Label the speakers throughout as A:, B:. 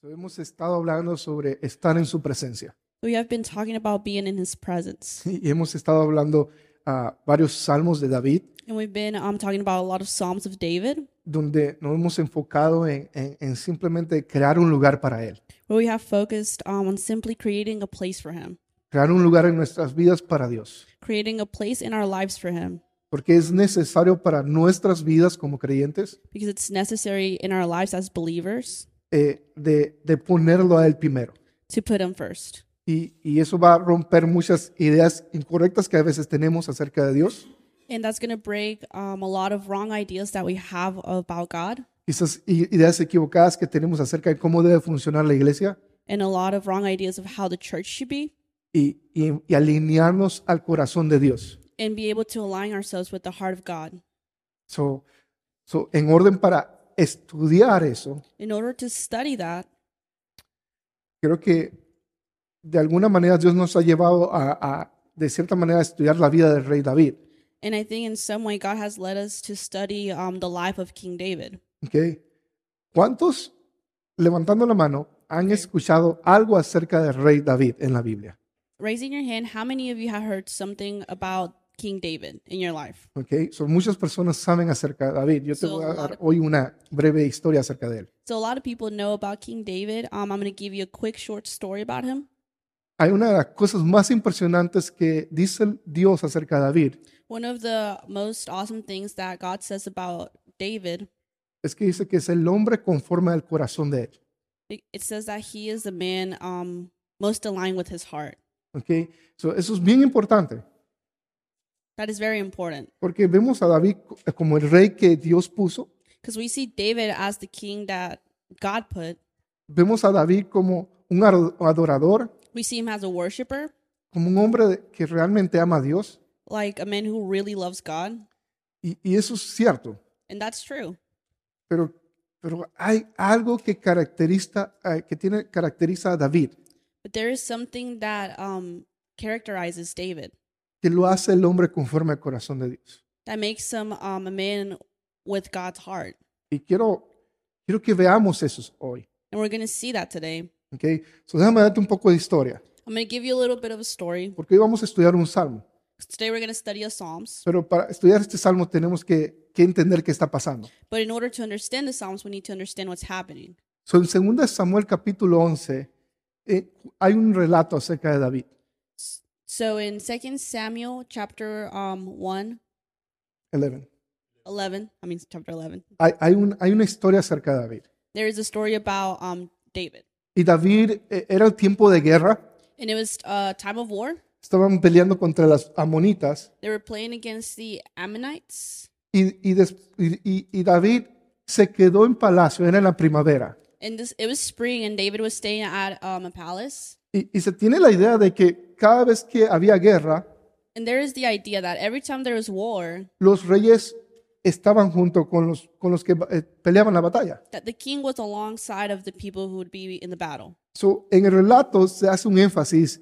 A: So, hemos estado hablando sobre estar en su presencia
B: We have been talking about being in his presence.
A: y hemos estado hablando ah, varios salmos de David
B: And we've been um, talking about a lot of Psalms of David,
A: donde nos hemos enfocado en, en- en simplemente crear un lugar para Él,
B: where we have focused um, on simply creating a place for him,
A: crear un lugar en nuestras vidas para Dios,
B: creating a place in our lives for him,
A: porque es necesario para nuestras vidas como creyentes
B: because it's necessary in our lives as believers
A: eh, de, de ponerlo a Él primero.
B: to put him first.
A: Y, y eso va a romper muchas ideas incorrectas que a veces tenemos acerca de Dios.
B: And that's going to break um, a lot of wrong ideas that we have about God
A: Quizás i- ideas equivocadas que tenemos acerca de cómo debe funcionar la iglesia
B: and a lot of wrong ideas of how the church should be
A: y, y- y alinearnos al corazón de Dios.
B: and be able to align ourselves with the heart of God.
A: So, so, en orden para estudiar eso,
B: In order to study that,
A: creo que de alguna manera Dios nos ha llevado a, a, de cierta manera, a estudiar la vida del rey David.
B: and I think in some way God has led us to study um, the life of King David.
A: ¿ok? ¿Cuántos, levantando la mano, han escuchado algo acerca del rey David en la Biblia?
B: Raising your hand, how many of you have heard something about King David in your life?
A: Okay, so, muchas personas saben acerca de David. Yo te
B: So,
A: voy
B: a
A: a
B: lot
A: dar
B: of-
A: hoy una breve historia acerca de él.
B: So a lot of people know about King David. Um, I'm going to give you a quick, short story about him.
A: Hay una de las cosas más impresionantes que dice Dios acerca de David,
B: One of the most awesome things that God says about David,
A: es que dice que es el hombre conforme al corazón de él.
B: it it says that he is the man um, most aligned with his heart.
A: Okay, so, eso es bien importante.
B: That is very important
A: Porque vemos a David co- eh, como el rey que Dios puso,
B: because we see David as the king that God put.
A: vemos a David como un ar- adorador,
B: We see him as a worshiper,
A: como un hombre de- que realmente ama a Dios.
B: like a man who really loves God.
A: Y, y eso es cierto,
B: And that's true.
A: pero, pero hay algo que, caracteriza, eh, que tiene, caracteriza a David,
B: But there is something that um, characterizes David
A: que lo hace el hombre conforme al corazón de Dios.
B: that makes him um, a man with God's heart.
A: Y quiero, quiero que veamos eso hoy.
B: And we're going to see that today.
A: ¿ok? So, déjame darte un poco de historia,
B: I'm going to give you a little bit of a story.
A: porque hoy vamos a estudiar un salmo.
B: Today we're going to study a Psalms.
A: Pero para estudiar este salmo tenemos que, que entender qué está pasando.
B: But in order to understand the Psalms, we need to understand what's happening.
A: So, en 2 Samuel capítulo 11 eh, hay un relato acerca de David.
B: So in 2 Samuel chapter um, 1,
A: 11.
B: 11, I mean chapter 11,
A: Hay, hay un- hay una historia acerca de David.
B: there is a story about um, David.
A: Y David eh, era el tiempo de guerra.
B: And it was a uh, time of war.
A: Estaban peleando contra las amonitas.
B: They were playing against the Ammonites.
A: Y, y des- y- y- y David se quedó en palacio, era en la primavera.
B: And this it was spring and David was staying at um, a palace.
A: Y, y se tiene la idea de que cada vez que había guerra,
B: And there is the idea that every time there was war,
A: los reyes estaban junto con los, con los que eh, peleaban la batalla.
B: that the king was alongside of the people who would be in the battle.
A: So, en el relato se hace un énfasis,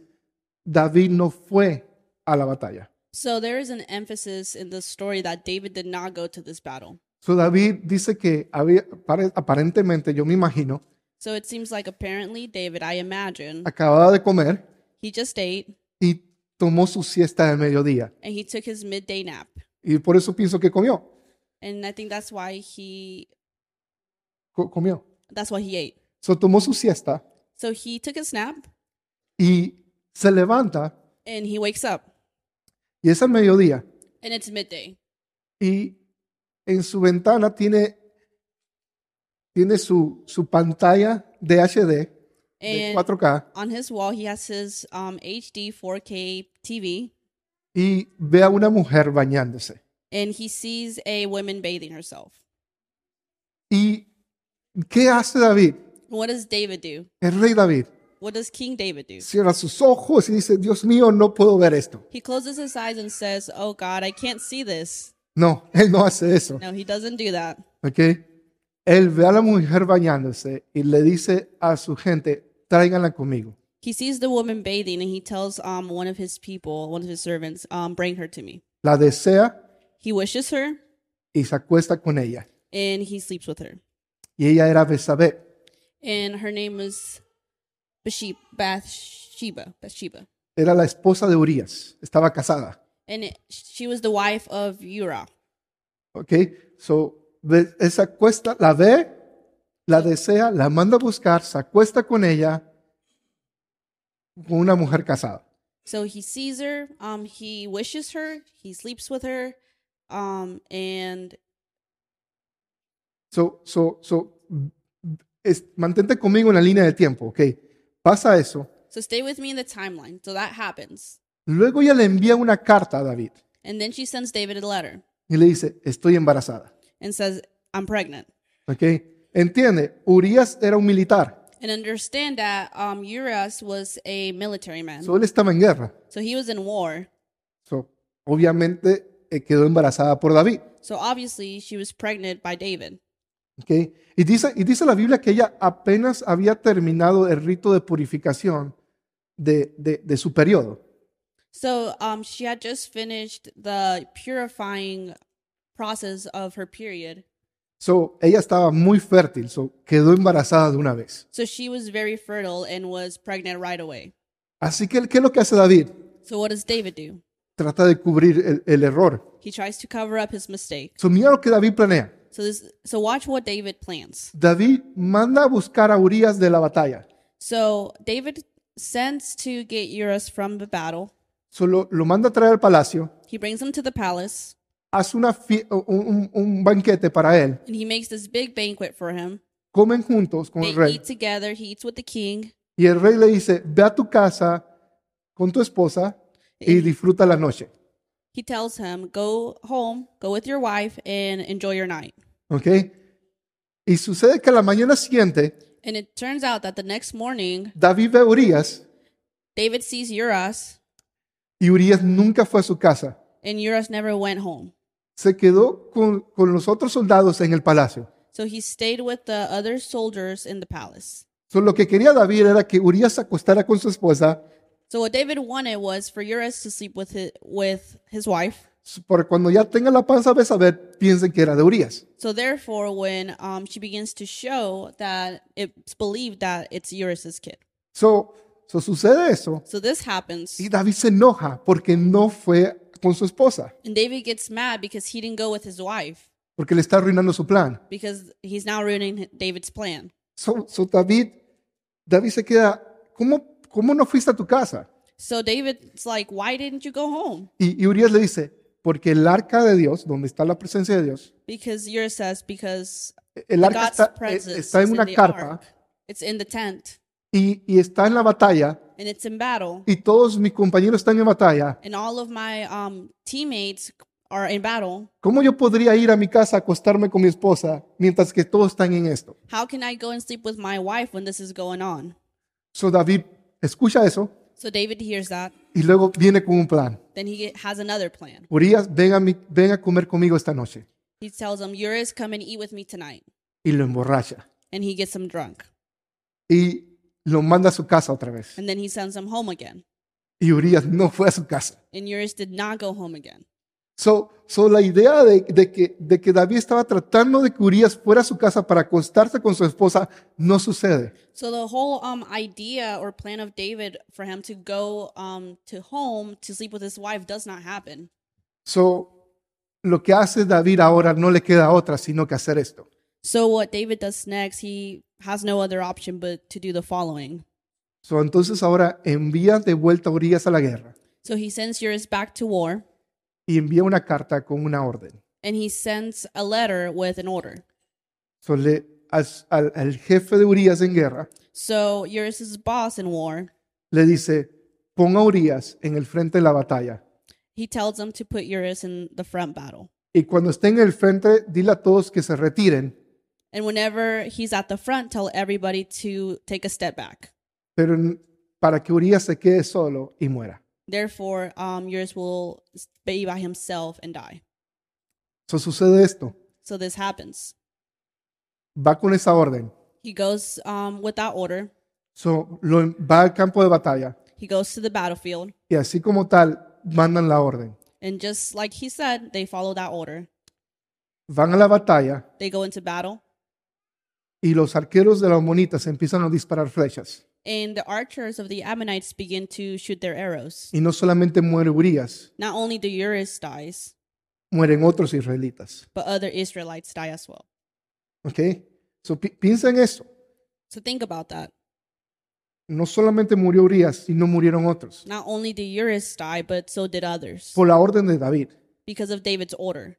A: David no fue a la batalla.
B: So there is an emphasis in the story that David did not go to this battle.
A: So, David dice que había- apare- aparentemente, yo me imagino,
B: So it seems like apparently David, I imagine,
A: acababa de comer
B: he just ate
A: y tomó su siesta del mediodía.
B: and he took his midday nap.
A: Y por eso pienso que comió.
B: And I think that's why he
A: co- comió.
B: that's why he ate.
A: So, tomó su siesta
B: So he took his nap
A: y se levanta
B: and he wakes up
A: y es al mediodía
B: and it's midday.
A: y en su ventana tiene, tiene su, su pantalla de HD de
B: And
A: 4K
B: on his wall he has his um, HD 4K TV
A: y ve a una mujer bañándose.
B: and he sees a woman bathing herself.
A: ¿Y qué hace David?
B: What does David do?
A: El rey David
B: What does King David do?
A: cierra sus ojos y dice, Dios mío, no puedo ver esto.
B: He closes his eyes and says, "Oh God, I can't see this."
A: No, él no hace eso.
B: No, he doesn't do that.
A: ¿ok? Él ve a la mujer bañándose y le dice a su gente, tráiganla conmigo.
B: He sees the woman bathing and he tells um one of his people, one of his servants, um bring her to me.
A: La desea
B: He wishes her
A: y se acuesta con ella.
B: and he sleeps with her.
A: Y ella era Besabé,
B: and her name was Bathsheba, Bathsheba, Bathsheba.
A: Era la esposa de Urias, estaba casada.
B: and it, she was the wife of Uriah.
A: ¿Ok? So, de- él se acuesta, la ve, la desea, la manda a buscar, se acuesta con ella, con una mujer casada.
B: So he sees her, um, he wishes her, he sleeps with her, um, and
A: So, so, so, es- mantente conmigo en la línea de tiempo, ¿ok? Pasa eso.
B: so stay with me in the timeline. So that happens,
A: Luego ella le envía una carta a David
B: and then she sends David a letter
A: y le dice, estoy embarazada.
B: and says, "I'm pregnant."
A: ¿Ok? Entiende, Urias era un militar,
B: And understand that um, Uriah was a military man,
A: so él estaba en guerra.
B: so he was in war.
A: So, obviamente eh, quedó embarazada por David.
B: So obviously, she was pregnant by David.
A: ¿ok? Y, dice, y dice la Biblia que ella apenas había terminado el rito de purificación de, de- de su periodo.
B: So um, she had just finished the purifying process of her period.
A: So, ella estaba muy fértil, so quedó embarazada de una vez.
B: So she was very fertile and was pregnant right away.
A: Así que, ¿qué es lo que hace David?
B: So what does David do?
A: Trata de cubrir el, el error.
B: He tries to cover up his mistake.
A: So, mira lo que David planea.
B: So this so watch what David plans.
A: David manda a buscar a Urias de la batalla.
B: So David sends to get Urus from the battle.
A: Solo lo manda a traer al palacio,
B: He brings him to the palace
A: hace una fie- un, un- un banquete para él,
B: and he makes this big banquet for him.
A: comen juntos con
B: They
A: el rey
B: eat together, he eats with the king.
A: y el rey le dice, ve a tu casa con tu esposa y disfruta la noche.
B: He tells him, "Go home, go with your wife and enjoy your night."
A: ¿Ok? Y sucede que a la mañana siguiente,
B: And it turns out that the next morning,
A: David ve a Urias
B: David sees Urus
A: y Urias nunca fue a su casa.
B: and Urus never went home.
A: Se quedó con, con los otros soldados en el palacio.
B: So he stayed with the other soldiers in the palace.
A: So, lo que quería David era que Urias se acostara con su esposa
B: So what David wanted was for Urias to sleep with his, with his wife.
A: para cuando ya tenga la panza de saber, piensen que era de Urias.
B: So therefore, when um, she begins to show that it's believed that it's Urias's kid.
A: So, so sucede eso
B: So this happens,
A: y David se enoja porque no fue con su esposa,
B: and David gets mad because he didn't go with his wife
A: porque le está arruinando su plan.
B: because he's now ruining hi- David's plan.
A: So, so David, David se queda, ¿cómo, ¿cómo no fuiste a tu casa?
B: So David's like, "Why didn't you go home?"
A: Y, y Urias le dice, porque el arca de Dios, donde está la presencia de Dios,
B: Because Urias says, "Because
A: el arca
B: God's
A: está, eh,
B: presence
A: está
B: is
A: en
B: in
A: una
B: the
A: carpa
B: ark. It's in the tent,
A: y, y está en la batalla
B: and it's in battle,
A: y todos mis compañeros están en batalla.
B: and all of my um, teammates are in battle."
A: ¿Cómo yo podría ir a mi casa a acostarme con mi esposa mientras que todos están en esto?
B: How can I go and sleep with my wife when this is going on?
A: So David escucha eso
B: So David hears that.
A: y luego viene con un plan.
B: Then he get- has another plan.
A: Urias, ven a, mi- ven a comer conmigo esta noche.
B: He tells him, Urias, come and eat with me tonight.
A: Y lo emborracha.
B: And he gets him drunk.
A: Y lo manda a su casa otra vez.
B: And then he sends him home again.
A: Y Urias no fue a su casa.
B: And Urias did not go home again.
A: So, so la idea de, de que, de que David estaba tratando de que Urias fuera a su casa para acostarse con su esposa no sucede.
B: So the whole um, idea or plan of David for him to go um, to home to sleep with his wife does not happen.
A: So, lo que hace David ahora no le queda otra sino que hacer esto.
B: So what David does next, he has no other option but to do the following.
A: So, entonces ahora envía de vuelta a Urias a la guerra
B: So he sends Urias back to war,
A: y envía una carta con una orden.
B: and he sends a letter with an order.
A: So, le- al, al- al jefe de Urias en guerra
B: So Urias's boss in war,
A: le dice, ponga a Urias en el frente de la batalla.
B: he tells him to put Urias in the front battle.
A: Y cuando esté en el frente, dile a todos que se retiren,
B: And whenever he's at the front, tell everybody to take a step back.
A: pero n- para que Urias se quede solo y muera.
B: Therefore, um, yours will be by himself and die.
A: So sucede esto.
B: So this happens.
A: Va con esa orden.
B: He goes um, with that order.
A: So, lo, en- va al campo de batalla
B: He goes to the battlefield.
A: y así como tal, mandan la orden.
B: And just like he said, they follow that order.
A: Van a la batalla
B: They go into battle.
A: y los arqueros de los monitas empiezan a disparar flechas.
B: And the archers of the Ammonites begin to shoot their arrows.
A: Y no solamente muere Urias,
B: Not only the Urius dies,
A: mueren otros israelitas.
B: but other Israelites die as well.
A: ¿Ok? So, pi- piensa en eso.
B: So think about that.
A: No solamente murió Urias, sino murieron otros.
B: Not only did Urius die, but so did others
A: Por la orden de David.
B: because of David's order.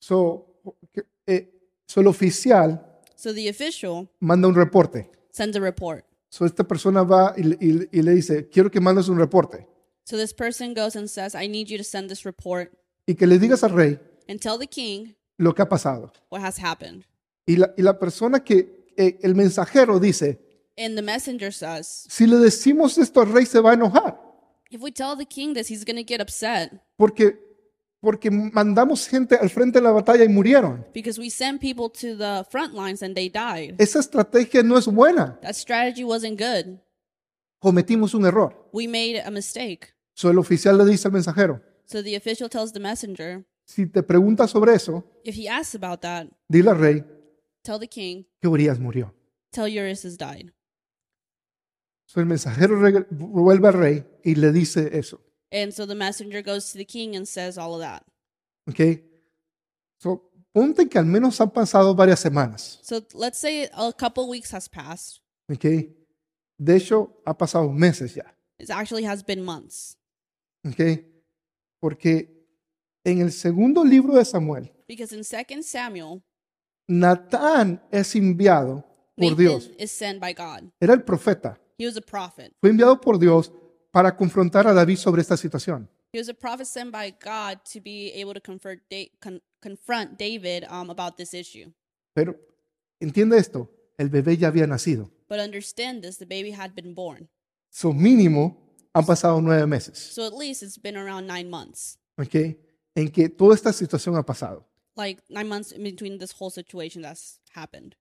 A: So, que- eh, so el oficial
B: So the official
A: manda un reporte.
B: sends a report.
A: So esta persona va y, le- y le- y le dice, quiero que mandes un reporte
B: So this person goes and says, I need you to send this report
A: y que le digas al rey
B: and tell the king
A: lo que ha pasado.
B: what has happened.
A: Y la, y la persona que, eh, el mensajero dice,
B: And the messenger says,
A: si le decimos esto al rey se va a enojar
B: If we tell the king this, he's going to get upset
A: porque, porque mandamos gente al frente de la batalla y murieron.
B: because we sent people to the front lines and they died.
A: Esa estrategia no es buena.
B: That strategy wasn't good.
A: Cometimos un error.
B: We made a mistake.
A: So el oficial le dice al mensajero,
B: So the official tells the messenger,
A: si te preguntas sobre eso,
B: If he asks about that,
A: dile al rey
B: tell the king,
A: que Urias murió.
B: tell Urius has died.
A: So el mensajero reg- vuelve al rey y le dice eso.
B: And so the messenger goes to the king and says all of that.
A: ¿Ok? So, ponte que al menos han pasado varias semanas.
B: So let's say a couple weeks has passed.
A: ¿Ok? De hecho, ha pasado meses ya.
B: It actually has been months
A: ¿Ok? Porque en el segundo libro de Samuel,
B: because in 2 Samuel,
A: Natán es enviado por
B: Nathan
A: Dios.
B: is sent by God.
A: Era el profeta.
B: He was a prophet.
A: Fue enviado por Dios para confrontar a David sobre esta situación.
B: He was a prophet sent by God to be able to convert da- con- confront David um, about this issue.
A: Pero entiende esto, el bebé ya había nacido.
B: But understand this: the baby had been born,
A: Su mínimo han pasado nueve meses.
B: so at least it's been around nine months.
A: ¿Ok? En que toda esta situación ha pasado.
B: Like nine months in between this whole situation that's happened.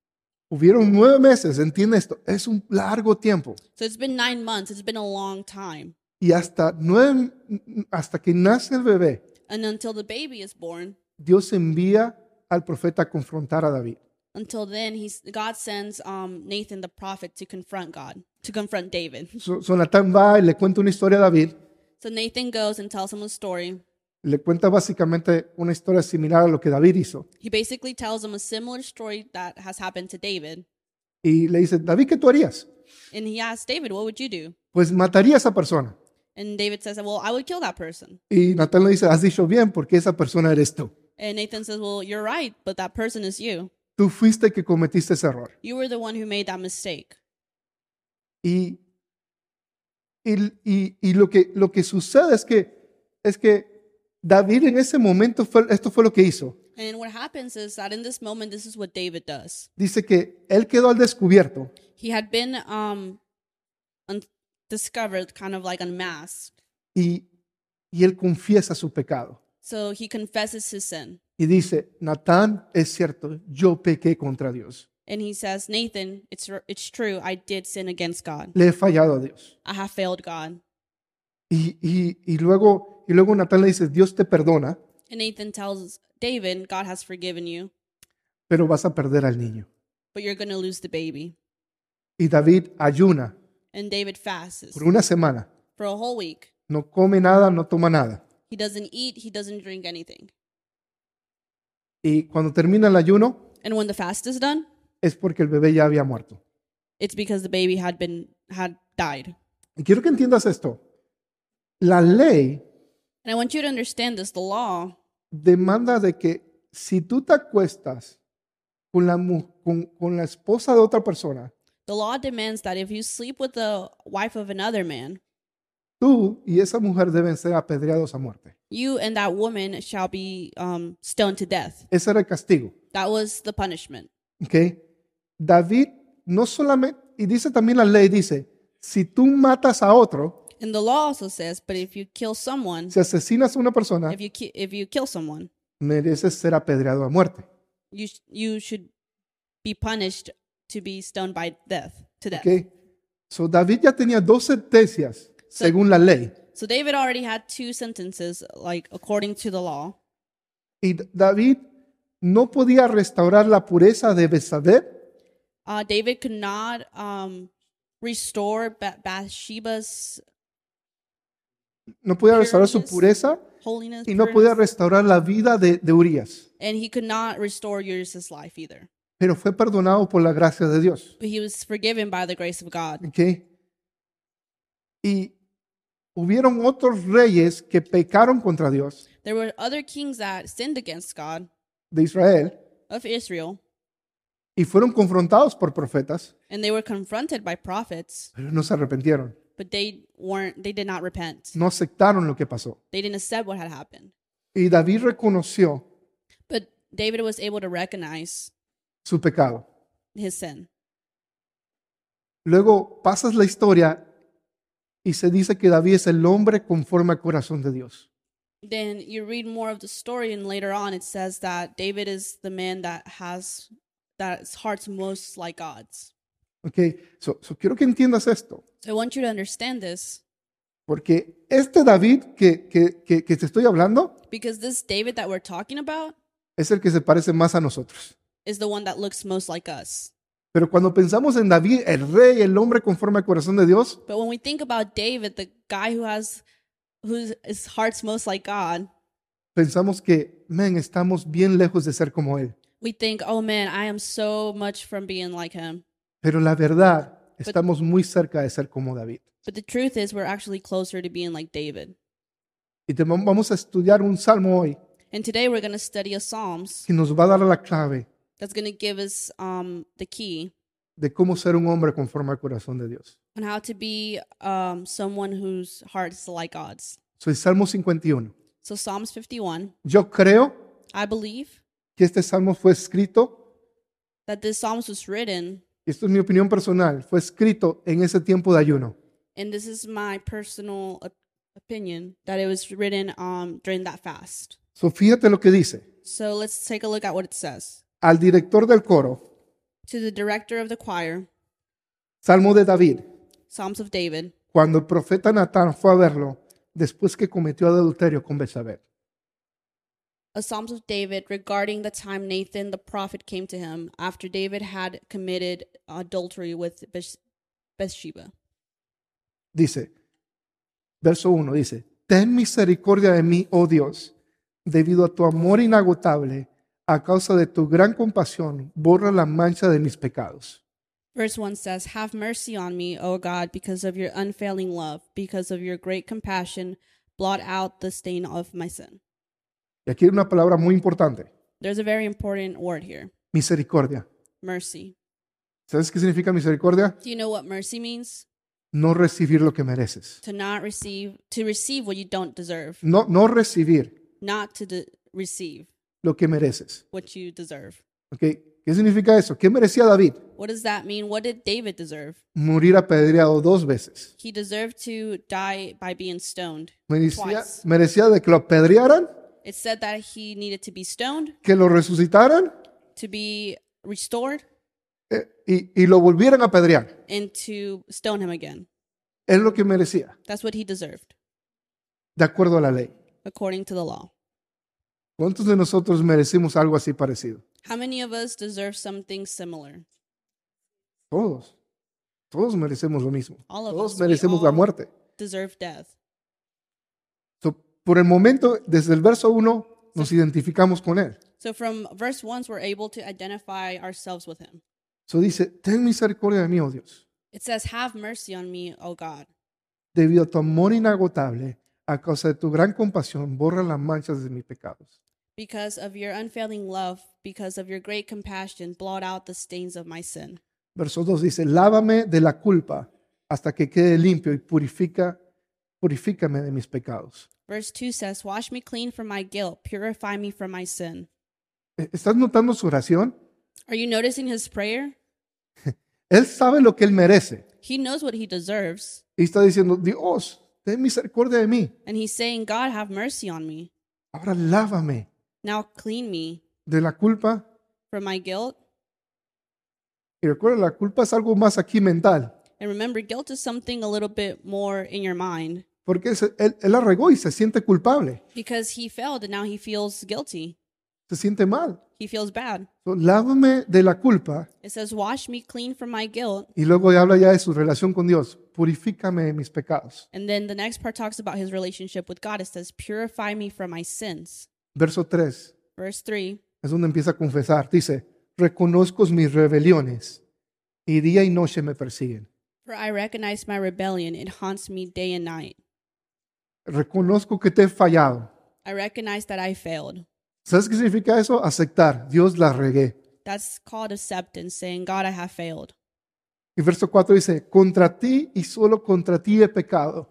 A: Hubieron nueve meses, entiende esto, es un largo tiempo.
B: So it's been nine months. It's been a long time,
A: Y hasta, nueve, hasta que nace el bebé,
B: and until the baby is born,
A: Dios envía al profeta a confrontar a David.
B: until then, he's God sends um, Nathan the prophet to confront God to confront David.
A: So- so Natán va y le cuenta una historia a David,
B: So Nathan goes and tells him a story.
A: le cuenta básicamente una historia similar a lo que David hizo.
B: He basically tells him a similar story that has happened to David,
A: Y le dice, David, ¿qué tú harías?
B: and he asks David, "What would you do?"
A: Pues mataría a esa persona.
B: And David says, Well, I would kill that person.
A: Y Natán le dice, has dicho bien porque esa persona eres tú.
B: And Nathan says, Well, you're right, but that person is you.
A: Tú fuiste el que cometiste ese error.
B: You were the one who made that mistake.
A: Y, y, y- y lo, que, lo que sucede es que, es que David en ese momento, fue, esto fue lo que hizo.
B: And what happens is that in this moment, this is what David does.
A: Dice que él quedó al descubierto
B: He had been um, un- discovered, kind of like unmasked.
A: y, y él confiesa su pecado.
B: So he confesses his sin.
A: Y dice, Natán, es cierto, yo pequé contra Dios.
B: And he says, Nathan, it's, r- it's true. I did sin against God.
A: Le he fallado a Dios.
B: I have failed God.
A: Y, y, y luego, y luego Natán le dice, Dios te perdona,
B: And Nathan tells David, God has forgiven you,
A: pero vas a perder al niño.
B: but you're going to lose the baby.
A: Y David ayuna
B: And David fasts
A: por una semana.
B: for a whole week.
A: No come nada, no toma nada.
B: He doesn't eat, he doesn't drink anything.
A: Y cuando termina el ayuno,
B: And when the fast is done,
A: es porque el bebé ya había muerto.
B: it's because the baby had been had died.
A: Y quiero que entiendas esto. La ley
B: And I want you to understand this, the law
A: demanda de que si tú te acuestas con la, mu- con, con la esposa de otra persona,
B: the law demands that if you sleep with the wife of another man,
A: tú y esa mujer deben ser apedreados a muerte.
B: you and that woman shall be um, stoned to death.
A: Ese era el castigo.
B: That was the punishment.
A: ¿ok? David no solamente, y dice también la ley, dice, si tú matas a otro,
B: And the law also says, but if you kill someone,
A: si asesinas a una persona,
B: if you ki- if you kill someone,
A: mereces ser apedreado a muerte.
B: you sh- you should be punished to be stoned by death to death.
A: ¿ok? So David ya tenía dos sentencias según la ley.
B: So David already had two sentences, like according to the law.
A: Y David no podía restaurar la pureza de Betsabé
B: uh, David could not um, restore Ba- Bathsheba's
A: No podía restaurar su
B: Pureness.
A: pureza
B: holiness,
A: y no
B: pureness,
A: podía restaurar la vida de, de Urias.
B: and he could not restore Urias' life either.
A: Pero fue perdonado por la gracia de Dios.
B: But he was forgiven by the grace of God.
A: ¿ok? Y hubieron otros reyes que pecaron contra Dios
B: There were other kings that sinned against God
A: de Israel
B: of Israel,
A: y fueron confrontados por profetas,
B: and they were confronted by prophets,
A: pero no se arrepintieron,
B: but they weren't. They did not repent.
A: no aceptaron lo que pasó.
B: They didn't accept what had happened.
A: Y David reconoció
B: But David was able to recognize
A: su pecado.
B: his sin.
A: Luego pasas la historia y se dice que David es el hombre conforme al corazón de Dios.
B: Then you read more of the story, and later on it says that David is the man that has that his heart's most like God's.
A: ¿ok? So- so quiero que entiendas esto,
B: So I want you to understand this
A: porque este David que- que- que- que te estoy hablando
B: because this David that we're talking about
A: es el que se parece más a nosotros.
B: is the one that looks most like us.
A: Pero cuando pensamos en David, el rey, el hombre conforme al corazón de Dios,
B: But when we think about David, the guy who has whose his heart's most like God,
A: pensamos que, men, estamos bien lejos de ser como él.
B: we think, "Oh man, I am so much from being like him."
A: Pero la verdad, estamos muy cerca de ser como David.
B: But the truth is we're actually closer to being like David.
A: Y te- vamos a estudiar un salmo hoy
B: And today we're going to study a Psalms
A: que nos va a dar la clave
B: that's going to give us um, the key
A: de cómo ser un hombre conforme al corazón de Dios.
B: on how to be um, someone whose heart is like God's.
A: Soy Salmo 51.
B: So Psalms 51,
A: Yo creo
B: I believe
A: que este salmo fue escrito,
B: that this Psalms was written,
A: y esto es mi opinión personal, fue escrito en ese tiempo de ayuno.
B: and this is my personal op- opinion, that it was written um, during that fast.
A: So fíjate lo que dice.
B: So let's take a look at what it says.
A: Al director del coro,
B: To the director of the choir,
A: Salmo de David.
B: Psalms of David,
A: cuando el profeta Natán fue a verlo después que cometió adulterio con Betsabé.
B: a Psalms of David regarding the time Nathan the prophet came to him after David had committed adultery with Beth- Bathsheba.
A: Dice, verso 1, dice, Ten misericordia de mí, oh Dios, debido a tu amor inagotable, a causa de tu gran compasión, borra la mancha de mis pecados.
B: Verse 1 says, Have mercy on me, O God, because of your unfailing love, because of your great compassion, blot out the stain of my sin.
A: Y aquí hay una palabra muy importante,
B: There's a very important word here
A: misericordia.
B: mercy.
A: ¿Sabes qué significa misericordia?
B: Do you know what mercy means?
A: No recibir lo que mereces.
B: To not receive, to receive what you don't deserve,
A: No, no recibir
B: not to de- receive
A: lo que mereces.
B: what you deserve.
A: ¿Ok? ¿Qué significa eso? ¿Qué merecía David?
B: What does that mean? What did David deserve?
A: Morir apedreado dos veces.
B: He deserved to die by being stoned.
A: Merecía,
B: Twice.
A: merecía de que lo apedrearan,
B: It said that he needed to be stoned,
A: que lo resucitaran
B: to be restored,
A: eh, y, y lo volvieran a apedrear.
B: and to stone him again.
A: Es lo que merecía,
B: That's what he deserved,
A: de acuerdo a la ley.
B: according to the law.
A: ¿Cuántos de nosotros merecimos algo así parecido?
B: How many of us deserve something similar?
A: Todos. Todos merecemos lo mismo.
B: All of
A: Todos
B: us. We
A: merecemos la
B: all
A: muerte.
B: Deserve death.
A: So, por el momento, desde el verso 1, nos identificamos con él.
B: So from verse 1, we're able to identify ourselves with him.
A: So dice, ten misericordia de mí, oh Dios,
B: It says, Have mercy on me, O God,
A: debido a tu amor inagotable, a causa de tu gran compasión, borra las manchas de mis pecados.
B: because of your unfailing love, because of your great compassion, blot out the stains of my sin.
A: Verso 2 dice, lávame de la culpa hasta que quede limpio y purifica, purifícame de mis pecados.
B: Verse 2 says, Wash me clean from my guilt, purify me from my sin.
A: Eh, ¿Estás notando su oración?
B: Are you noticing his prayer?
A: Él sabe lo que él merece.
B: He knows what he deserves,
A: Y está diciendo, Dios, ten misericordia de mí.
B: and he's saying, God, have mercy on me.
A: Ahora lávame
B: Now clean me
A: de la culpa.
B: from my guilt.
A: Y recuerda, la culpa es algo más aquí mental.
B: And remember, guilt is something a little bit more in your mind
A: Porque él, se- él, él la regó y se siente culpable.
B: because he failed and now he feels guilty.
A: Se siente mal.
B: He feels bad.
A: So, lávame de la culpa
B: It says, Wash me clean from my guilt.
A: y luego habla ya de su relación con Dios. Purifícame de mis pecados.
B: And then the next part talks about his relationship with God. It says, Purify me from my sins.
A: Verso 3
B: Verse 3
A: es donde empieza a confesar. Dice, reconozco mis rebeliones y día y noche me persiguen.
B: For I recognize my rebellion. It haunts me day and night.
A: Reconozco que te he fallado.
B: I recognize that I failed.
A: ¿Sabes qué significa eso? Aceptar. Dios la regué.
B: That's called acceptance, saying, God, I have failed.
A: Y verso 4 dice, contra ti y solo contra ti he pecado.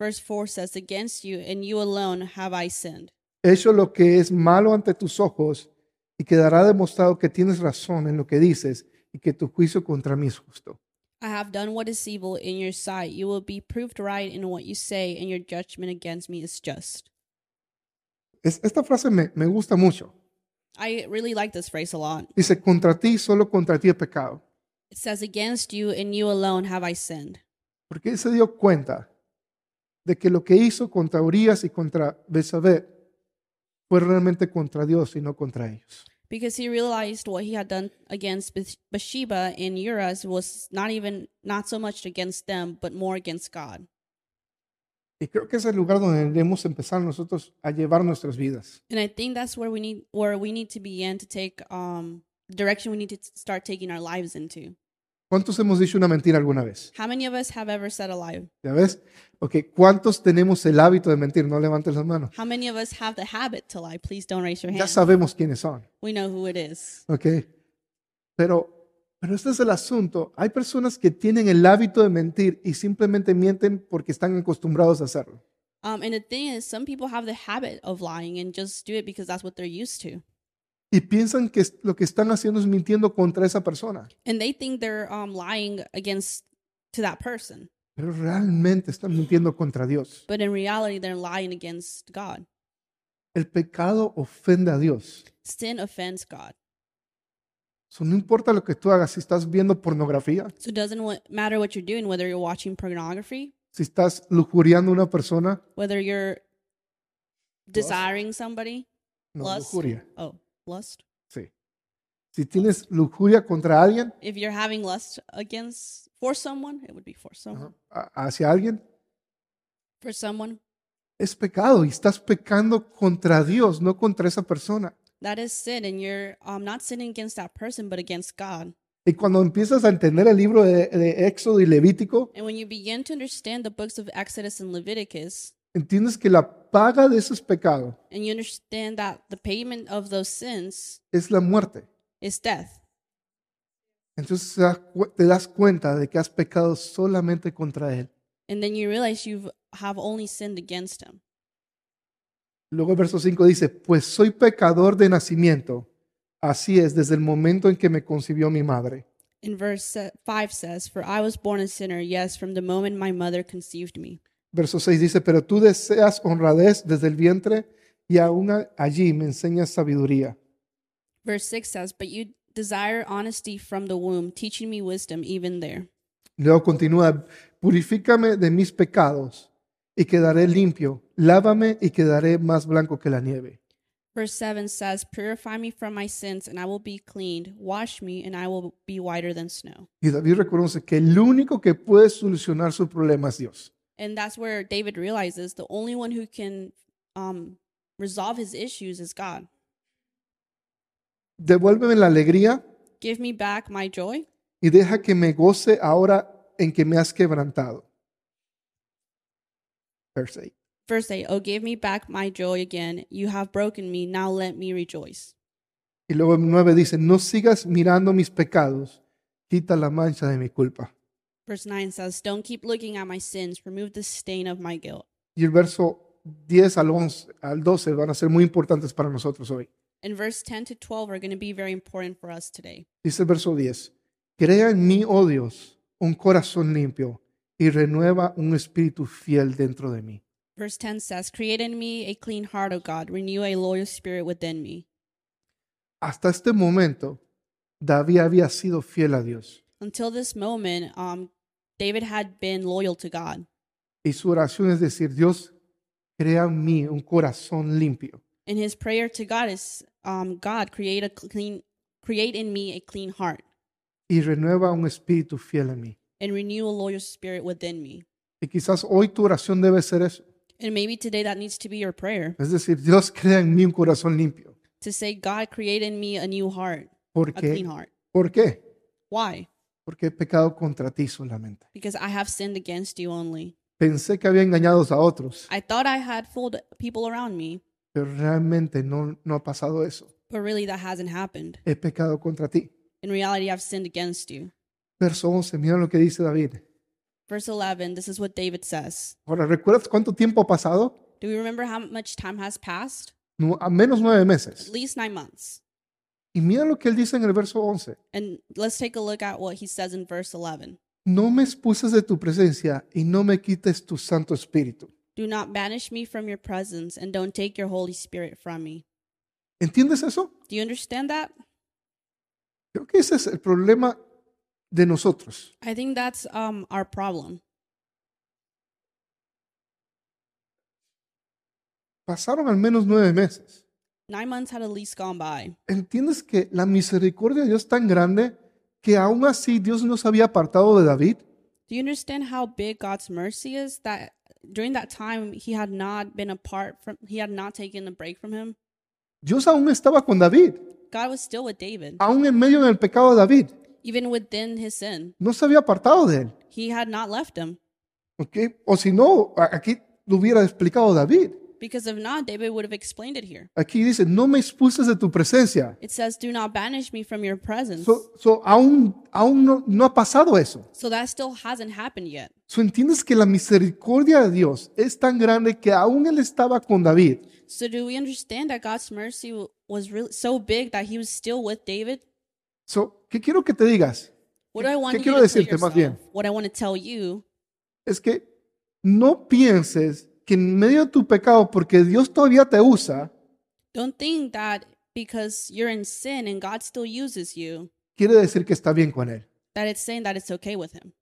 B: Verse 4 says, Against you and you alone have I sinned.
A: He hecho lo que es malo ante tus ojos y quedará demostrado que tienes razón en lo que dices y que tu juicio contra mí es justo.
B: I have done what is evil in your sight. You will be proved right in what you say, and your judgment against me is just.
A: Es- esta frase me, me gusta mucho.
B: I really like this phrase a lot.
A: Dice, contra ti y solo contra ti he pecado.
B: It says, Against you and you alone have I sinned.
A: Porque él se dio cuenta de que lo que hizo contra Urias y contra Besabé fue realmente contra Dios y no contra ellos.
B: Because he realized what he had done against Beth- Bathsheba and Uras was not even, not so much against them, but more against God.
A: Y creo que es el lugar donde debemos empezar nosotros a llevar nuestras vidas.
B: And I think that's where we need, where we need to begin to take, um, direction we need to start taking our lives into.
A: ¿Cuántos hemos dicho una mentira alguna vez?
B: How many of us have ever said a lie?
A: ¿Ya ves? Ok, ¿cuántos tenemos el hábito de mentir? No levantes las manos.
B: How many of us have the habit to lie? Please don't raise your
A: Ya
B: hand.
A: sabemos quiénes son.
B: We know who it is.
A: Ok. Pero, pero este es el asunto. Hay personas que tienen el hábito de mentir y simplemente mienten porque están acostumbrados a hacerlo.
B: Um, and the thing is, some people have the habit of lying and just do it because that's what they're used to.
A: Y piensan que es- lo que están haciendo es mintiendo contra esa persona.
B: And they think they're um, lying against to that person.
A: Pero realmente están mintiendo contra Dios.
B: But in reality, they're lying against God.
A: El pecado ofende a Dios.
B: Sin offends God.
A: So, no importa lo que tú hagas, si estás viendo pornografía,
B: So it doesn't wa- matter what you're doing, whether you're watching pornography,
A: si estás lujuriando a una persona,
B: whether you're desiring somebody.
A: no,
B: Lust.
A: lujuria.
B: Oh, lust.
A: Sí. Si tienes lujuria contra alguien,
B: If you're having lust against for someone, it would be for someone.
A: Uh-huh. a- hacia alguien,
B: For someone,
A: es pecado y estás pecando contra Dios, no contra esa persona.
B: that is sin, and you're um, not sinning against that person, but against God.
A: Y cuando empiezas a entender el libro de, de Éxodo y Levítico,
B: And when you begin to understand the books of Exodus and Leviticus,
A: entiendes que la paga de esos pecados
B: and you understand that the payment of those sins
A: es la muerte.
B: is death,
A: Entonces te das cu- te das cuenta de que has pecado solamente contra Él.
B: and then you realize you have only sinned against Him.
A: Luego el verso 5 dice, pues soy pecador de nacimiento. Así es, desde el momento en que me concibió mi madre.
B: In verse se- 5 says, For I was born a sinner, yes, from the moment my mother conceived me.
A: Verso 6 dice, pero tú deseas honradez desde el vientre y aún a- allí me enseñas sabiduría.
B: Verse 6 says, But you desire honesty from the womb, teaching me wisdom even there.
A: Luego continúa, purifícame de mis pecados y quedaré limpio, lávame y quedaré más blanco que la nieve.
B: Verse 7 says, Purify me from my sins, and I will be cleaned. Wash me, and I will be whiter than snow.
A: Y David reconoce que el único que puede solucionar su problema es Dios.
B: And that's where David realizes the only one who can um, resolve his issues is God.
A: Devuélveme la alegría
B: Give me back my joy
A: y deja que me goce ahora en que me has quebrantado. Verse 8.
B: Verse 8, oh, give me back my joy again. You have broken me. Now let me rejoice.
A: Y luego el 9 dice, no sigas mirando mis pecados, quita la mancha de mi culpa.
B: Verse 9 says, Don't keep looking at my sins. Remove the stain of my guilt.
A: Y el verso 10 al, 11, al 12 van a ser muy importantes para nosotros hoy.
B: And verse 10 to 12 are going to be very important for us today.
A: Dice el verso 10, crea en mí, oh Dios, un corazón limpio y renueva un espíritu fiel dentro de mí.
B: Verse 10 says, Create in me a clean heart, O God. Renew a loyal spirit within me.
A: Hasta este momento, David había sido fiel a Dios
B: Until this moment, um, David had been loyal to God.
A: y su oración es decir, Dios, crea en mí un corazón limpio
B: And his prayer to God is, um, God, create a clean, create in me a clean heart
A: y renueva un espíritu fiel en mí.
B: and renew a loyal spirit within me.
A: Y quizás hoy tu oración debe ser eso.
B: And maybe today that needs to be your prayer
A: Es decir, Dios crea en mí un corazón limpio.
B: to say, God, create in me a new heart,
A: ¿Por
B: a
A: qué?
B: clean heart.
A: ¿Por qué?
B: Why?
A: Porque he pecado contra ti solamente.
B: Because I have sinned against you only.
A: Pensé que había engañado a otros,
B: I thought I had fooled people around me,
A: pero realmente no, no ha pasado eso.
B: but really that hasn't happened.
A: He pecado contra ti.
B: In reality, I've sinned against you.
A: Verso 11, mira lo que dice David.
B: Verse 11, this is what David says.
A: Ahora, ¿recuerdas cuánto tiempo ha pasado?
B: Do we remember how much time has passed?
A: No, a menos nueve
B: At
A: meses.
B: least nine months.
A: Y mira lo que él dice en el verso 11.
B: And let's take a look at what he says in verse 11.
A: No me expulses de tu presencia y no me quites tu Santo Espíritu.
B: Do not banish me from your presence and don't take your Holy Spirit from me.
A: ¿Entiendes eso?
B: Do you understand that?
A: Creo que ese es el problema de nosotros.
B: I think that's um, our problem.
A: Pasaron al menos nueve meses.
B: Nine months had at least gone by.
A: ¿Entiendes que la misericordia de Dios es tan grande que aún así Dios no se había apartado de David?
B: Do you understand how big God's mercy is that during that time he had not been apart from he had not taken a break from him?
A: Dios aún estaba con David,
B: God was still with David,
A: aún en medio del pecado de David.
B: even within his sin.
A: No se había apartado de él.
B: He had not left him.
A: ¿ok? O si no, a- aquí lo hubiera explicado David.
B: Because if not, David would have explained it here.
A: Aquí dice, no me expulses de tu presencia.
B: It says, Do not banish me from your presence. So,
A: So, so aún, aún no, no ha pasado eso.
B: that still hasn't happened yet.
A: So, entiendes que la misericordia de Dios es tan grande que aún él estaba con David.
B: So do we understand that God's mercy w- was really so big that he was still with David?
A: So, ¿Qué quiero que te digas?
B: What do I want
A: qué
B: you
A: quiero
B: to tell
A: decirte más
B: yourself?
A: bien?
B: What I want to tell you
A: Es que no pienses que en medio de tu pecado, porque Dios todavía te usa,
B: Don't think that because you're in sin and God still uses you,
A: quiere decir que está bien con Él.
B: that it's saying that it's okay with Him.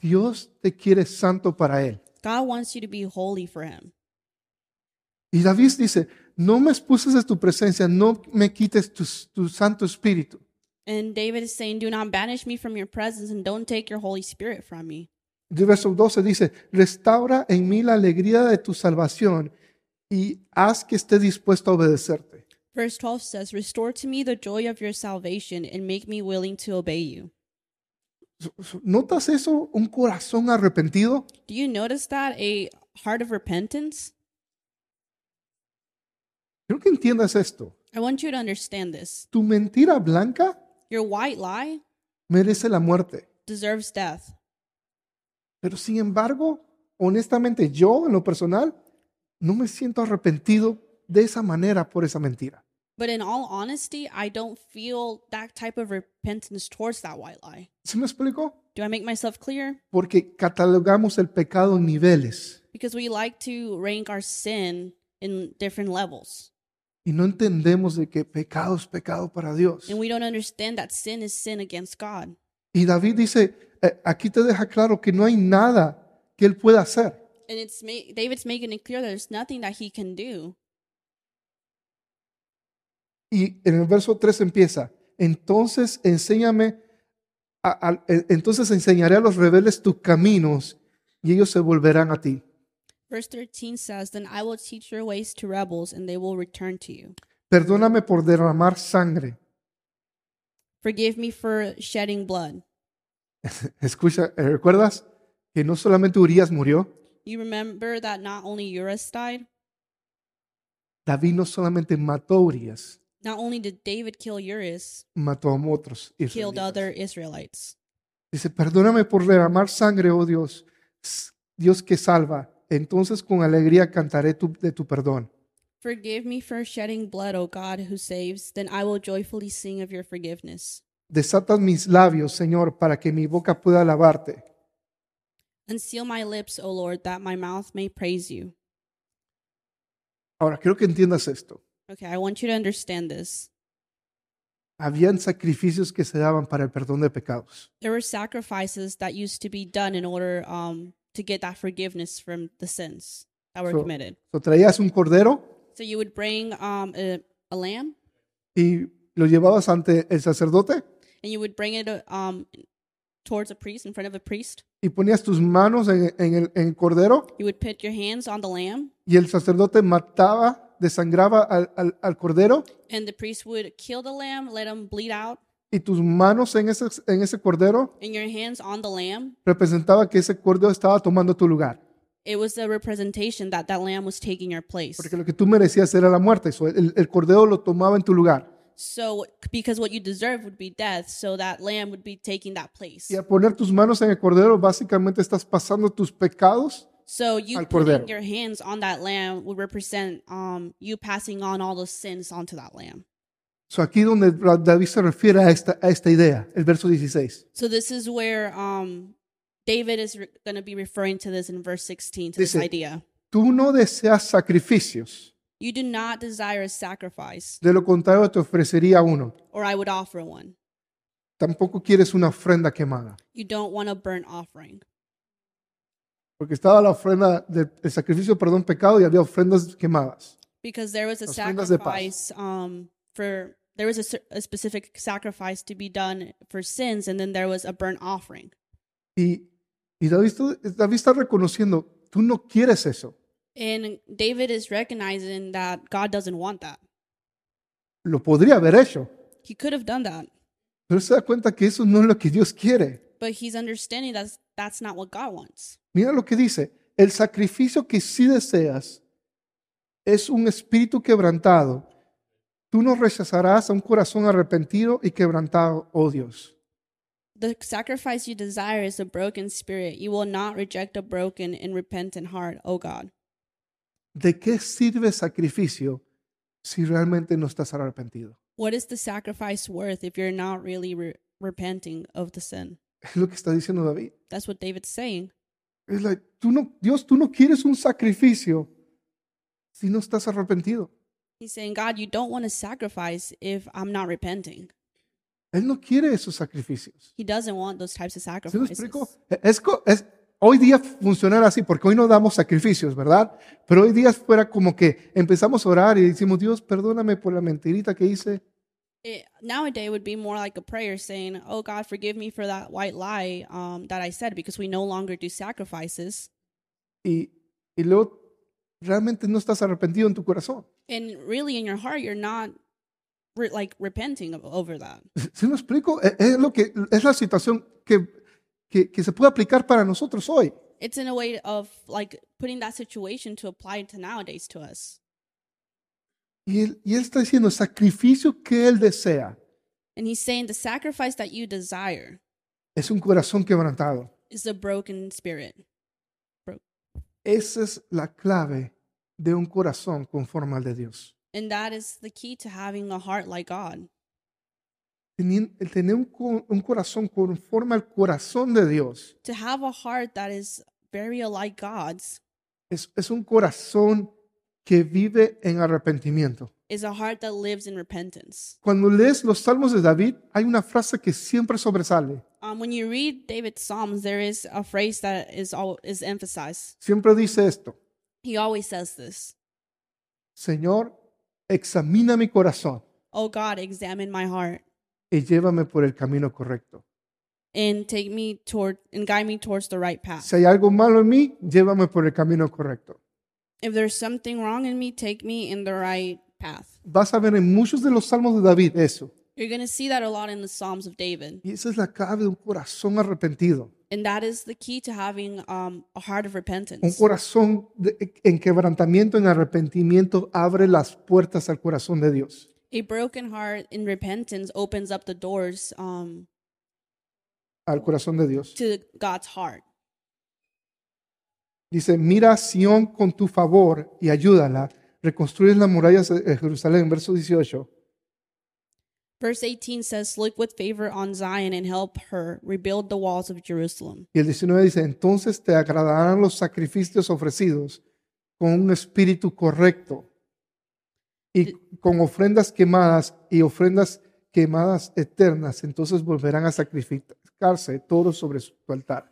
A: Dios te quiere santo para Él.
B: God wants you to be holy for Him.
A: Y David dice, no me expulses de tu presencia, no me quites tu, tu Santo Espíritu.
B: And David is saying, Do not banish me from your presence and don't take your Holy Spirit from me.
A: El verso 12 dice, restaura en mí la alegría de tu salvación y haz que esté dispuesto a obedecerte.
B: Verse 12 says, Restore to me the joy of your salvation and make me willing to obey you.
A: ¿Notas eso? Un corazón arrepentido.
B: Do you notice that? A heart of repentance?
A: Creo que entiendas esto.
B: I want you to understand this.
A: Tu mentira blanca
B: Your white lie
A: merece la muerte.
B: deserves death.
A: Pero sin embargo, honestamente, yo en lo personal no me siento arrepentido de esa manera por esa mentira.
B: But in all honesty, I don't feel that type of repentance towards that white lie.
A: ¿Se me explicó?
B: Do I make myself clear?
A: Porque catalogamos el pecado en niveles
B: Because we like to rank our sin in different levels.
A: y no entendemos de que pecado es pecado para Dios.
B: And we don't understand that sin is sin against God.
A: Y David dice, eh, aquí te deja claro que no hay nada que él pueda hacer.
B: And it's ma- David's making it clear that there's nothing that he can do.
A: Y en el verso 3 empieza, entonces enséñame, a- a- eh, entonces enseñaré a los rebeldes tus caminos y ellos se volverán a ti.
B: Verse 13 says, Then I will teach your ways to rebels, and they will return to you.
A: Perdóname por derramar sangre.
B: Forgive me for shedding blood.
A: Escucha, eh, ¿recuerdas que no solamente Urias murió?
B: You remember that not only Urias died,
A: David no solamente mató a Urias,
B: not only did David kill Urias,
A: mató a otros.
B: killed
A: israelitas.
B: other Israelites.
A: Dice, perdóname por derramar sangre, oh Dios, s- Dios que salva. Entonces con alegría cantaré tu- de tu perdón.
B: Forgive me for shedding blood, O God who saves, then I will joyfully sing of your forgiveness.
A: Desata mis labios, Señor, para que mi boca pueda alabarte.
B: Unseal my lips, O Lord, that my mouth may praise you.
A: Ahora, quiero que entiendas esto.
B: Okay, I want you to understand this.
A: Habían sacrificios que se daban para el perdón de pecados.
B: There were sacrifices that used to be done in order um, to get that forgiveness from the sins. that were
A: So-
B: committed.
A: So traías un cordero
B: So you would bring um, a, a lamb
A: y lo llevabas ante el sacerdote
B: and you would bring it uh, um, towards a priest, in front of a priest.
A: y ponías tus manos en, en el, en el cordero
B: You would put your hands on the lamb
A: y el sacerdote mataba, desangraba al, al- al cordero
B: and the priest would kill the lamb, let him bleed out,
A: y tus manos en ese, en ese cordero
B: and your hands on the lamb.
A: representaba que ese cordero estaba tomando tu lugar.
B: It was a representation that that lamb was taking your place.
A: Porque lo que tú merecías era la muerte. So, el, el cordero lo tomaba en tu lugar.
B: So, because what you deserve would be death, so that lamb would be taking that place.
A: Y al poner tus manos en el cordero, básicamente estás pasando tus pecados
B: So you
A: Al
B: putting
A: cordero.
B: your hands on that lamb would represent um, you passing on all those sins onto that lamb.
A: So aquí donde Ra- David se refiere a esta, a esta idea, el verso 16.
B: So this is where um, David is re- going to be referring to this in verse 16 to this
A: Dice-
B: idea.
A: Tú no deseas sacrificios,
B: You do not desire a sacrifice,
A: de lo contrario te ofrecería uno.
B: or I would offer one.
A: Tampoco quieres una ofrenda quemada,
B: You don't want a burnt offering
A: porque estaba la ofrenda del el sacrificio, perdón, pecado y había ofrendas quemadas.
B: because there was a
A: Ofrendas de paz.
B: sacrifice um, for there was a, cer- a specific sacrifice to be done for sins, and then there was a burnt offering.
A: Y, y David, está- David está reconociendo, tú no quieres eso,
B: And David is recognizing that God doesn't want that.
A: lo podría haber hecho,
B: He could have done that,
A: pero se da cuenta que eso no es lo que Dios quiere.
B: but he's understanding that's that's not what God wants.
A: Mira lo que dice, el sacrificio que sí deseas es un espíritu quebrantado. Tú no rechazarás a un corazón arrepentido y quebrantado, oh Dios.
B: The sacrifice you desire is a broken spirit. You will not reject a broken and repentant heart, O God.
A: ¿De qué sirve sacrificio si realmente no estás arrepentido?
B: What is the sacrifice worth if you're not really re- repenting of the sin?
A: Es lo que está diciendo David.
B: That's what David's saying.
A: Es like, tú no, Dios, tú no quieres un sacrificio si no estás arrepentido.
B: He's saying, God, you don't want to sacrifice if I'm not repenting.
A: Él no quiere esos sacrificios.
B: He doesn't want those types of
A: ¿Sí me
B: sacrifices.
A: explico? E-, Es, co- es- hoy día funcionar así, porque hoy no damos sacrificios, ¿verdad? Pero hoy día fuera como que empezamos a orar y decimos, Dios, perdóname por la mentirita que hice.
B: It, nowadays would be more like a prayer saying, "Oh God, forgive me for that white lie um, that I said," because we no longer do sacrifices,
A: Y, y luego realmente no estás arrepentido en tu corazón.
B: and really in your heart you're not re- like repenting of, over that.
A: ¿Sí me explico? E- Es, lo que, es la situación que, que, que se puede aplicar para nosotros hoy.
B: It's in a way of like putting that situation to apply to nowadays to us.
A: Y él, y él está diciendo, el sacrificio que él desea
B: And he's saying the sacrifice that you desire
A: es un corazón quebrantado.
B: is a broken spirit.
A: Esa es la clave de un corazón conforme al de Dios.
B: And that is the key to having a heart like God.
A: Tenien- el tener un, co- un corazón conforme al corazón de Dios
B: To have a heart that is very alike God's
A: es, es un corazón que vive en arrepentimiento.
B: is a heart that lives in repentance.
A: Cuando lees los salmos de David, hay una frase que siempre sobresale.
B: Um, when you read David's Psalms, there is a phrase that is all is emphasized.
A: Siempre dice esto,
B: He always says this:
A: Señor, examina mi corazón
B: "Oh God, examine my heart
A: y llévame por el camino correcto.
B: and take me toward and guide me towards the right path.
A: Si hay algo malo en mí, llévame por el camino correcto.
B: If there's something wrong in me, take me in the right path."
A: Vas a ver en muchos de los salmos de David eso.
B: You're gonna see that a lot in the Psalms of David,
A: Y esa es la clave de un corazón arrepentido,
B: and that is the key to having um, a heart of
A: Un
B: repentance.
A: corazón de- en quebrantamiento, en arrepentimiento, abre las puertas al corazón de Dios.
B: A broken heart in repentance opens up the doors um,
A: Al corazón de Dios.
B: to God's heart.
A: Dice, mira a Sión con tu favor y ayúdala. Reconstruyes las murallas de Jerusalén, verso 18.
B: Verse 18 says, Look with favor on Zion and help her rebuild the walls of Jerusalem.
A: Y el 19 dice, entonces te agradarán los sacrificios ofrecidos con un espíritu correcto y con ofrendas quemadas y ofrendas quemadas eternas. Entonces volverán a sacrificarse todos sobre su altar.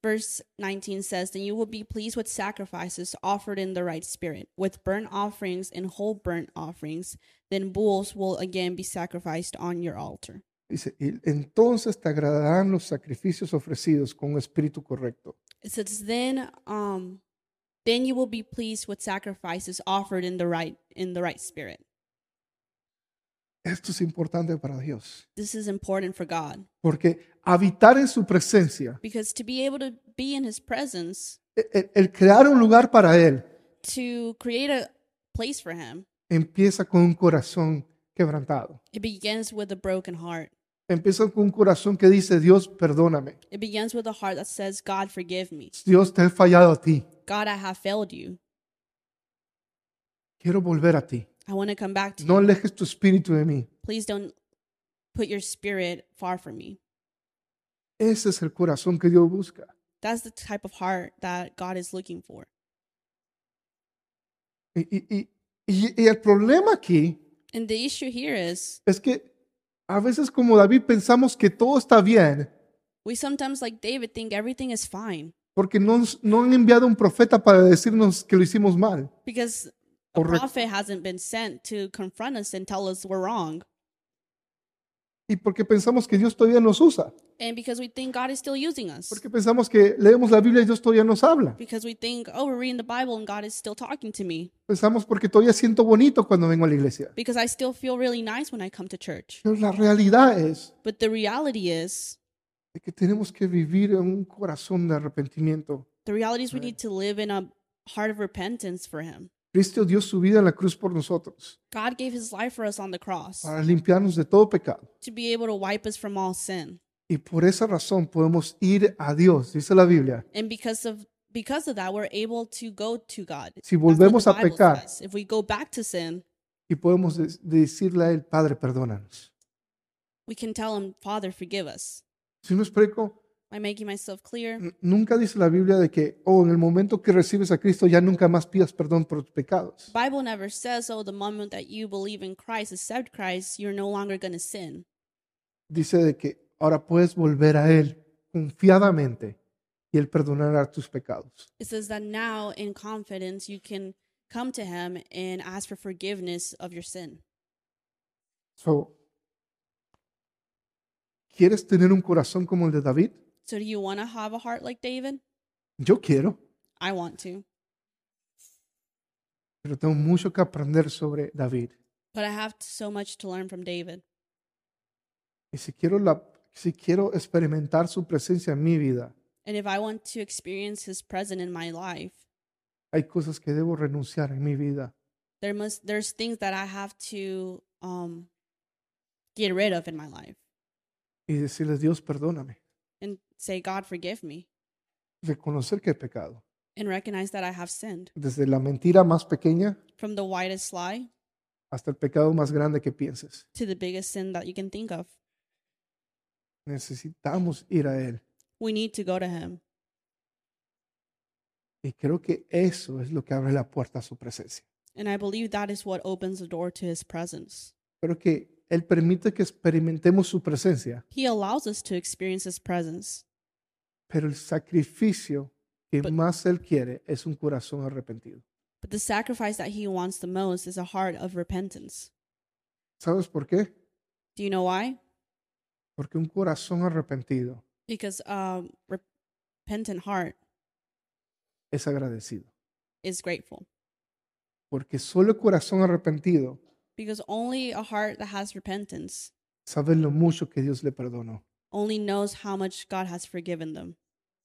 B: Verse 19 says, Then you will be pleased with sacrifices offered in the right spirit, with burnt offerings and whole burnt offerings. Then bulls will again be sacrificed on your altar.
A: Dice, "Y entonces te agradarán los sacrificios ofrecidos con un espíritu correcto.
B: It says, Then um then you will be pleased with sacrifices offered in the right in the right spirit.
A: Esto es importante para Dios,
B: This is important for God.
A: porque habitar en su presencia,
B: Because to be able to be in his presence,
A: e- e- el crear un lugar para Él,
B: to create a place for him,
A: empieza con un corazón quebrantado.
B: it begins with a broken heart.
A: Empieza con un corazón que dice, Dios, perdóname.
B: It begins with a heart that says, God, forgive me.
A: Dios, te he fallado a ti.
B: God, I have failed you.
A: Quiero volver a ti.
B: I want to come back to you.
A: No alejes tu espíritu de mí.
B: Please don't put your spirit far from me.
A: Ese es el corazón que Dios busca.
B: That's the type of heart that God is looking for.
A: Y, y- y- y- y el problema aquí
B: And the issue here is
A: es que a veces como David pensamos que todo está bien
B: we sometimes, like David, think everything is fine
A: porque no, nos- no han enviado un profeta para decirnos que lo hicimos mal.
B: because a
A: Correct.
B: prophet hasn't been sent to confront us and tell us we're wrong.
A: Y porque pensamos que Dios todavía nos usa.
B: And because we think God is still using us.
A: Porque pensamos que leemos la Biblia y Dios todavía nos habla.
B: Because we think, oh, we're reading the Bible and God is still talking to me.
A: Pensamos porque todavía siento bonito cuando vengo a la iglesia.
B: Because I still feel really nice when I come to church.
A: Pero la realidad es
B: But the reality is,
A: de que tenemos que vivir en un corazón de arrepentimiento.
B: the reality is we need to live in a heart of repentance for Him.
A: Cristo dio su vida en la cruz por nosotros,
B: God gave His life for us on the cross
A: para limpiarnos de todo pecado.
B: to be able to wipe us from all sin.
A: Y por esa razón podemos ir a Dios, dice la Biblia.
B: And because of because of that, we're able to go to God.
A: Si
B: That's what
A: volvemos
B: the
A: a
B: Bible
A: pecar.
B: says. If we go back to sin,
A: Y podemos de- decirle a Él, Padre, perdónanos.
B: we can tell Him, Father, forgive us.
A: Si me explico,
B: Am I making myself clear?
A: N- nunca dice la Biblia de que, oh, en el momento que recibes a Cristo ya nunca más pidas perdón por tus pecados.
B: Bible never says, oh, the moment that you believe in Christ, accept Christ, you're no longer going to sin.
A: Dice de que ahora puedes volver a Él confiadamente y Él perdonará tus pecados.
B: It says that now in confidence you can come to him and ask for forgiveness of your sin.
A: So, ¿Quieres tener un corazón como el de David?
B: So do you want to have a heart like David?
A: Yo quiero,
B: I want to,
A: pero tengo mucho que aprender sobre David.
B: but I have so much to learn from David.
A: Y si quiero, la, si quiero experimentar su presencia en mi vida,
B: And if I want to experience his presence in my life,
A: hay cosas que debo renunciar en mi vida.
B: there must there's things that I have to um get rid of in my life
A: y decirle, Dios, perdóname.
B: and say God forgive me
A: Reconocer que he pecado.
B: and recognize that I have sinned
A: Desde la mentira más pequeña
B: from the widest lie
A: hasta el pecado más grande que pienses.
B: to the biggest sin that you can think of.
A: Necesitamos ir a Él.
B: We need to go to him.
A: Y creo que eso es lo que abre la puerta a su presencia.
B: And I believe that is what opens the door to his presence.
A: Creo que Él permite que experimentemos su presencia,
B: He allows us to experience his presence,
A: pero el sacrificio que
B: But-
A: más Él quiere es un corazón arrepentido.
B: but the sacrifice that he wants the most is a heart of repentance.
A: ¿Sabes por qué?
B: Do you know why?
A: Porque un corazón arrepentido
B: Because um, repentant heart
A: es agradecido.
B: is grateful.
A: Porque solo el corazón arrepentido
B: Because only a heart that has repentance
A: sabe lo mucho que Dios le perdonó.
B: only knows how much God has forgiven them.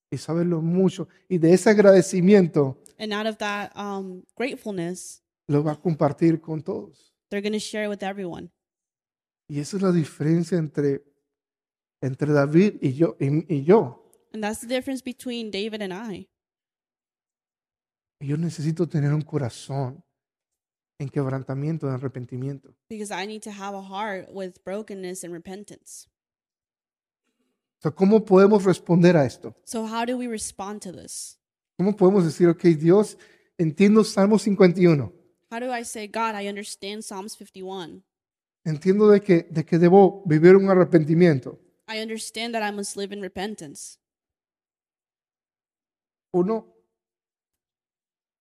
A: y sabes lo mucho. Y de ese agradecimiento
B: And out of that um, gratefulness,
A: lo va a compartir con todos.
B: they're going to share it with everyone.
A: Y esa es la diferencia entre, entre David y yo, y, y yo.
B: And that's the difference between David and I.
A: Yo necesito tener un corazón en quebrantamiento, en arrepentimiento.
B: Because I need to have a heart with brokenness and repentance.
A: O sea, ¿cómo podemos responder a esto?
B: So, how do we respond to this?
A: ¿Cómo podemos decir, ok, Dios, entiendo Salmo 51.
B: How do I say, God, I understand Psalms 51.
A: Entiendo de que, de que debo vivir un arrepentimiento.
B: I understand that I must live in repentance.
A: Uno,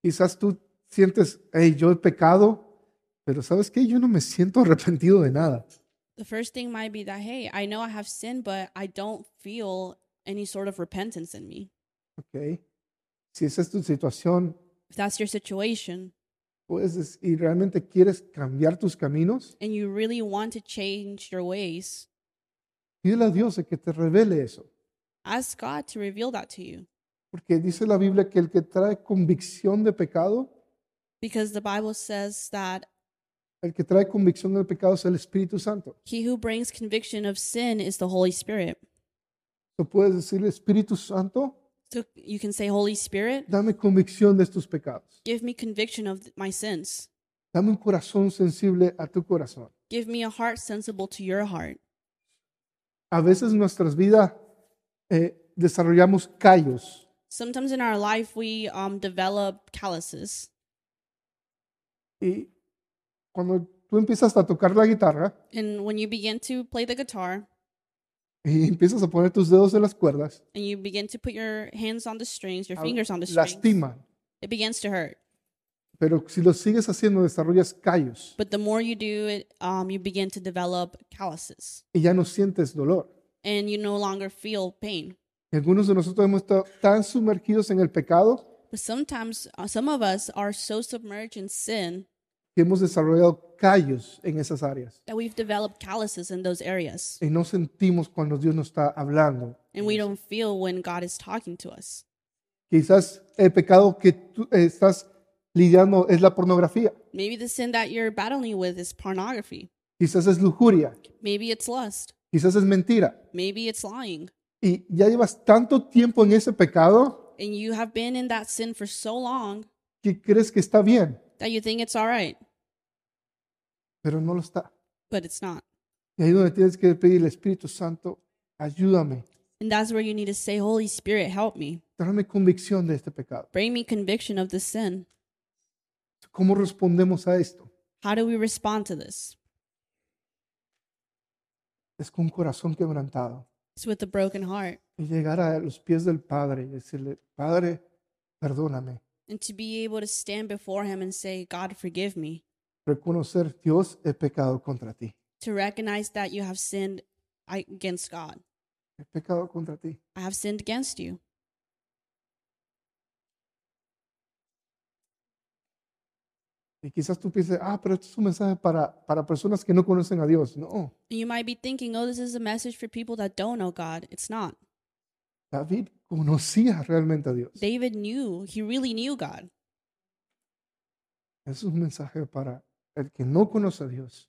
A: quizás tú sientes, hey, yo he pecado, pero ¿sabes qué? Yo no me siento arrepentido de nada.
B: The first thing might be that, hey, I know I have sinned, but I don't feel any sort of repentance in me.
A: ¿ok? Si esa es tu situación,
B: If that's your situation
A: puedes dec- y realmente quieres cambiar tus caminos,
B: and you really want to change your ways,
A: pídele a Dios de que te revele eso.
B: ask God to reveal that to you.
A: Porque dice la Biblia que el que trae convicción de pecado,
B: Because the Bible says that
A: el que trae convicción de pecado es el Espíritu Santo.
B: he who brings conviction of sin is the Holy Spirit.
A: Tú puedes decirle, Espíritu Santo,
B: So you can say, Holy Spirit,
A: dame convicción de estos pecados.
B: give me conviction of th- my sins.
A: Dame un corazón sensible a tu corazón.
B: Give me a heart sensible to your heart.
A: A veces en nuestras vidas eh, desarrollamos callos.
B: Sometimes in our life, we um, develop calluses.
A: Y cuando tú empiezas a tocar la guitarra
B: And when you begin to play the guitar
A: y empiezas a poner tus dedos en las cuerdas,
B: and you begin to put your hands on the strings, your
A: a-
B: fingers on the strings,
A: lastiman.
B: it begins to hurt.
A: Pero si lo sigues haciendo, desarrollas callos
B: But the more you do it, um, you begin to develop calluses
A: y ya no sientes dolor.
B: and you no longer feel pain.
A: Y Algunos de nosotros hemos estado tan sumergidos en el pecado
B: But sometimes, uh, some of us are so submerged in sin
A: que hemos desarrollado callos en esas áreas.
B: that we've developed calluses in those areas.
A: Y no sentimos cuando Dios nos está hablando.
B: And we don't feel when God is talking to us.
A: Quizás el pecado que tú eh, estás lidiando es la pornografía.
B: Maybe the sin that you're battling with is pornography.
A: Quizás es lujuria.
B: Maybe it's lust.
A: Quizás es mentira.
B: Maybe it's lying.
A: y ya llevas tanto tiempo en ese pecado
B: And you have been in that sin for so long
A: que crees que está bien,
B: that you think it's all right,
A: pero no lo está.
B: but it's not.
A: Y ahí es donde tienes que pedirle, Espíritu Santo, ayúdame,
B: And that's where you need to say, Holy Spirit, help me.
A: tráeme convicción de este pecado.
B: Bring me conviction of this sin.
A: ¿Cómo respondemos a esto?
B: How do we respond to this?
A: Es con un corazón quebrantado
B: It's with a broken heart.
A: y llegar a los pies del Padre y decirle, Padre, perdóname.
B: And to be able to stand before Him and say, God, forgive me.
A: Reconocer, Dios, he pecado contra ti.
B: To recognize that you have sinned I- against God.
A: He pecado contra ti.
B: I have sinned against you.
A: Y quizás tú pienses, ah, pero esto es un mensaje para, para personas que no conocen a Dios. No,
B: And you might be thinking, oh, this is a message for people that don't know God. It's not.
A: David conocía realmente a Dios.
B: David knew, he really knew God.
A: Es un mensaje para el que no conoce a Dios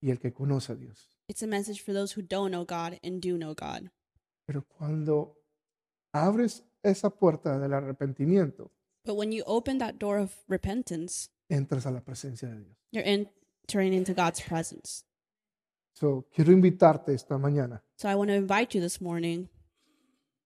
A: y el que conoce a Dios.
B: It's a message for those who don't know God and do know God.
A: Pero cuando abres esa puerta del arrepentimiento,
B: But when you open that door of repentance,
A: entras a la presencia de Dios.
B: you're entering into God's presence.
A: So, quiero invitarte esta mañana
B: So I want to invite you this morning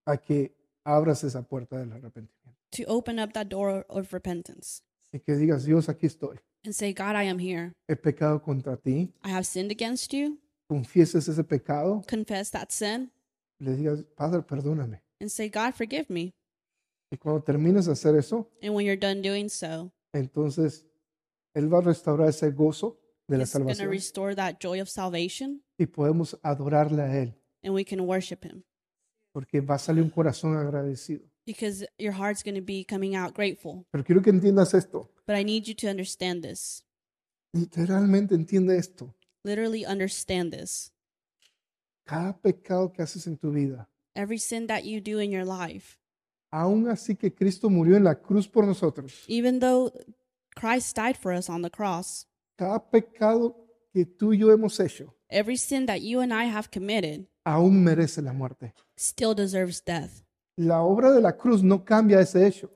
A: a que abras esa puerta del arrepentimiento
B: to open up that door of repentance
A: y que digas, Dios, aquí estoy.
B: and say, God, I am here.
A: He pecado contra ti.
B: I have sinned against you.
A: Confieses ese pecado.
B: Confess that sin
A: Le digas, Padre, perdóname.
B: and say, God, forgive me.
A: Y cuando termines de hacer eso,
B: And when you're done doing so,
A: entonces Él va a restaurar ese gozo de la
B: He's going to
A: salvación
B: restore that joy of salvation
A: y podemos adorarle a Él.
B: and we can worship Him.
A: porque va a salir un corazón agradecido.
B: because your heart's going to be coming out grateful.
A: Pero quiero que entiendas esto,
B: But I need you to understand this.
A: literalmente entiende esto.
B: Literally understand this.
A: Cada pecado que haces en tu vida,
B: Every sin that you do in your life,
A: aún así que Cristo murió en la cruz por nosotros,
B: even though Christ died for us on the cross,
A: cada pecado que tú y yo hemos hecho,
B: every sin that you and I have committed
A: aún merece la muerte.
B: still deserves death.
A: La obra de la cruz no cambia ese hecho.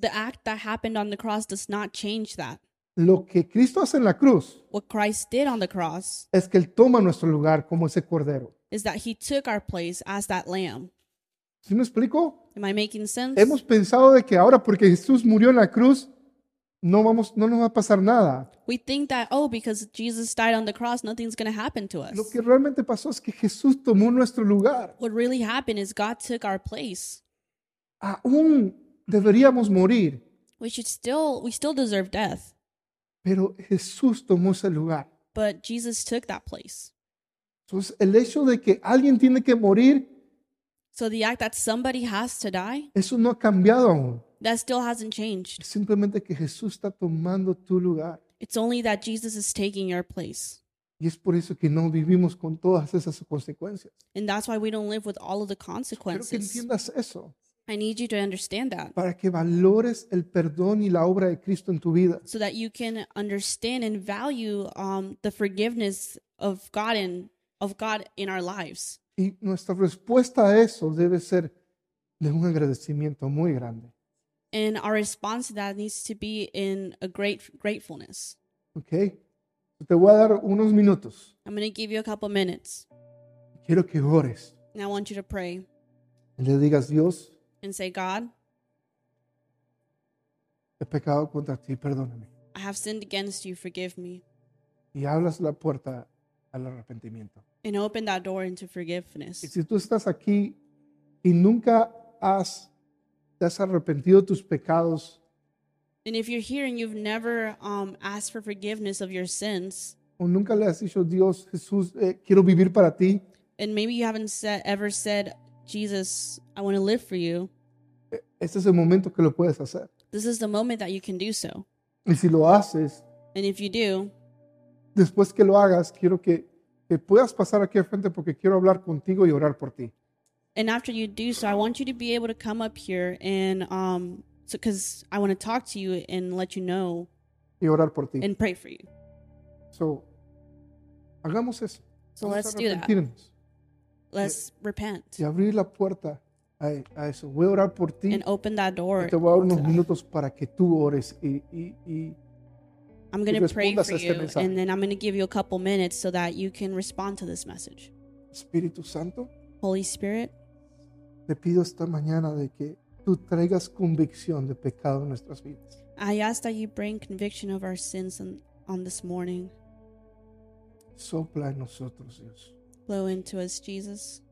B: The act that happened on the cross does not change that.
A: Lo que Cristo hace en la cruz
B: What Christ did on the cross
A: es que Él toma nuestro lugar como ese cordero.
B: is that he took our place as that lamb.
A: ¿Sí me explico?
B: Am I making sense?
A: Hemos pensado de que ahora porque Jesús murió en la cruz, no, vamos, no nos va a pasar nada.
B: We think that, oh, because Jesus died on the cross, nothing's going to happen to us.
A: Lo que realmente pasó es que Jesús tomó nuestro lugar.
B: What really happened is God took our place.
A: aún deberíamos morir,
B: We should still we still deserve death,
A: pero Jesús tomó ese lugar.
B: but Jesus took that place.
A: Entonces, el hecho de que alguien tiene que morir,
B: So the act that somebody has to die,
A: eso no ha cambiado aún.
B: that still hasn't changed.
A: Es simplemente que Jesús está tomando tu lugar.
B: It's only that Jesus is taking your place.
A: Y es por eso que no vivimos con todas esas consecuencias.
B: And that's why we don't live with all of the
A: Quiero que
B: consequences.
A: entiendas eso,
B: I need you to understand that
A: para que valores el perdón y la obra de Cristo en tu vida.
B: so that you can understand and value um, the forgiveness of God in of God in our lives.
A: Y nuestra respuesta a eso debe ser de un agradecimiento muy grande.
B: And our response to that needs to be in a great gratefulness.
A: ¿Ok? Te voy a dar unos minutos.
B: I'm going to give you a couple minutes.
A: Quiero que ores
B: And I want you to pray
A: y le digas, Dios,
B: and say, God,
A: he pecado contra ti, perdóname.
B: I have sinned against you. Forgive me.
A: Y hablas la puerta al arrepentimiento.
B: And open that door into
A: Y
B: forgiveness.
A: si tú estás aquí y nunca has, te has arrepentido de tus pecados,
B: And if you're here and you've never um, asked for forgiveness of your sins,
A: o nunca le has dicho, Dios, Jesús, eh, quiero vivir para ti,
B: and maybe you haven't said, ever said, Jesus, I want to live for you,
A: este es el momento que lo puedes hacer.
B: this is the moment that you can do so.
A: Y si lo haces,
B: And if you do,
A: después que lo hagas, quiero que, que puedas pasar aquí al frente porque quiero hablar contigo y orar por ti.
B: and after you do so, I want you to be able to come up here and, um, so because I want to talk to you and let you know
A: Y orar por ti.
B: and pray for you.
A: So, hagamos eso.
B: So
A: Vamos a
B: let's do that.
A: arrepentirnos
B: Let's repent
A: Y abrir la puerta a, a eso. Voy a orar por ti.
B: and open that door.
A: y te voy a dar
B: to
A: unos
B: that.
A: minutos para que tú ores y, y- y
B: I'm going to pray
A: respondas
B: for
A: a este
B: you,
A: mensaje.
B: and then I'm going to give you a couple minutes so that you can respond to this message.
A: Espíritu Santo,
B: Holy Spirit,
A: te pido esta mañana de que tú traigas convicción de pecado en nuestras vidas.
B: I ask that you bring conviction of our sins on, on this morning.
A: Sopla en nosotros, Dios.
B: Blow into us, Jesus.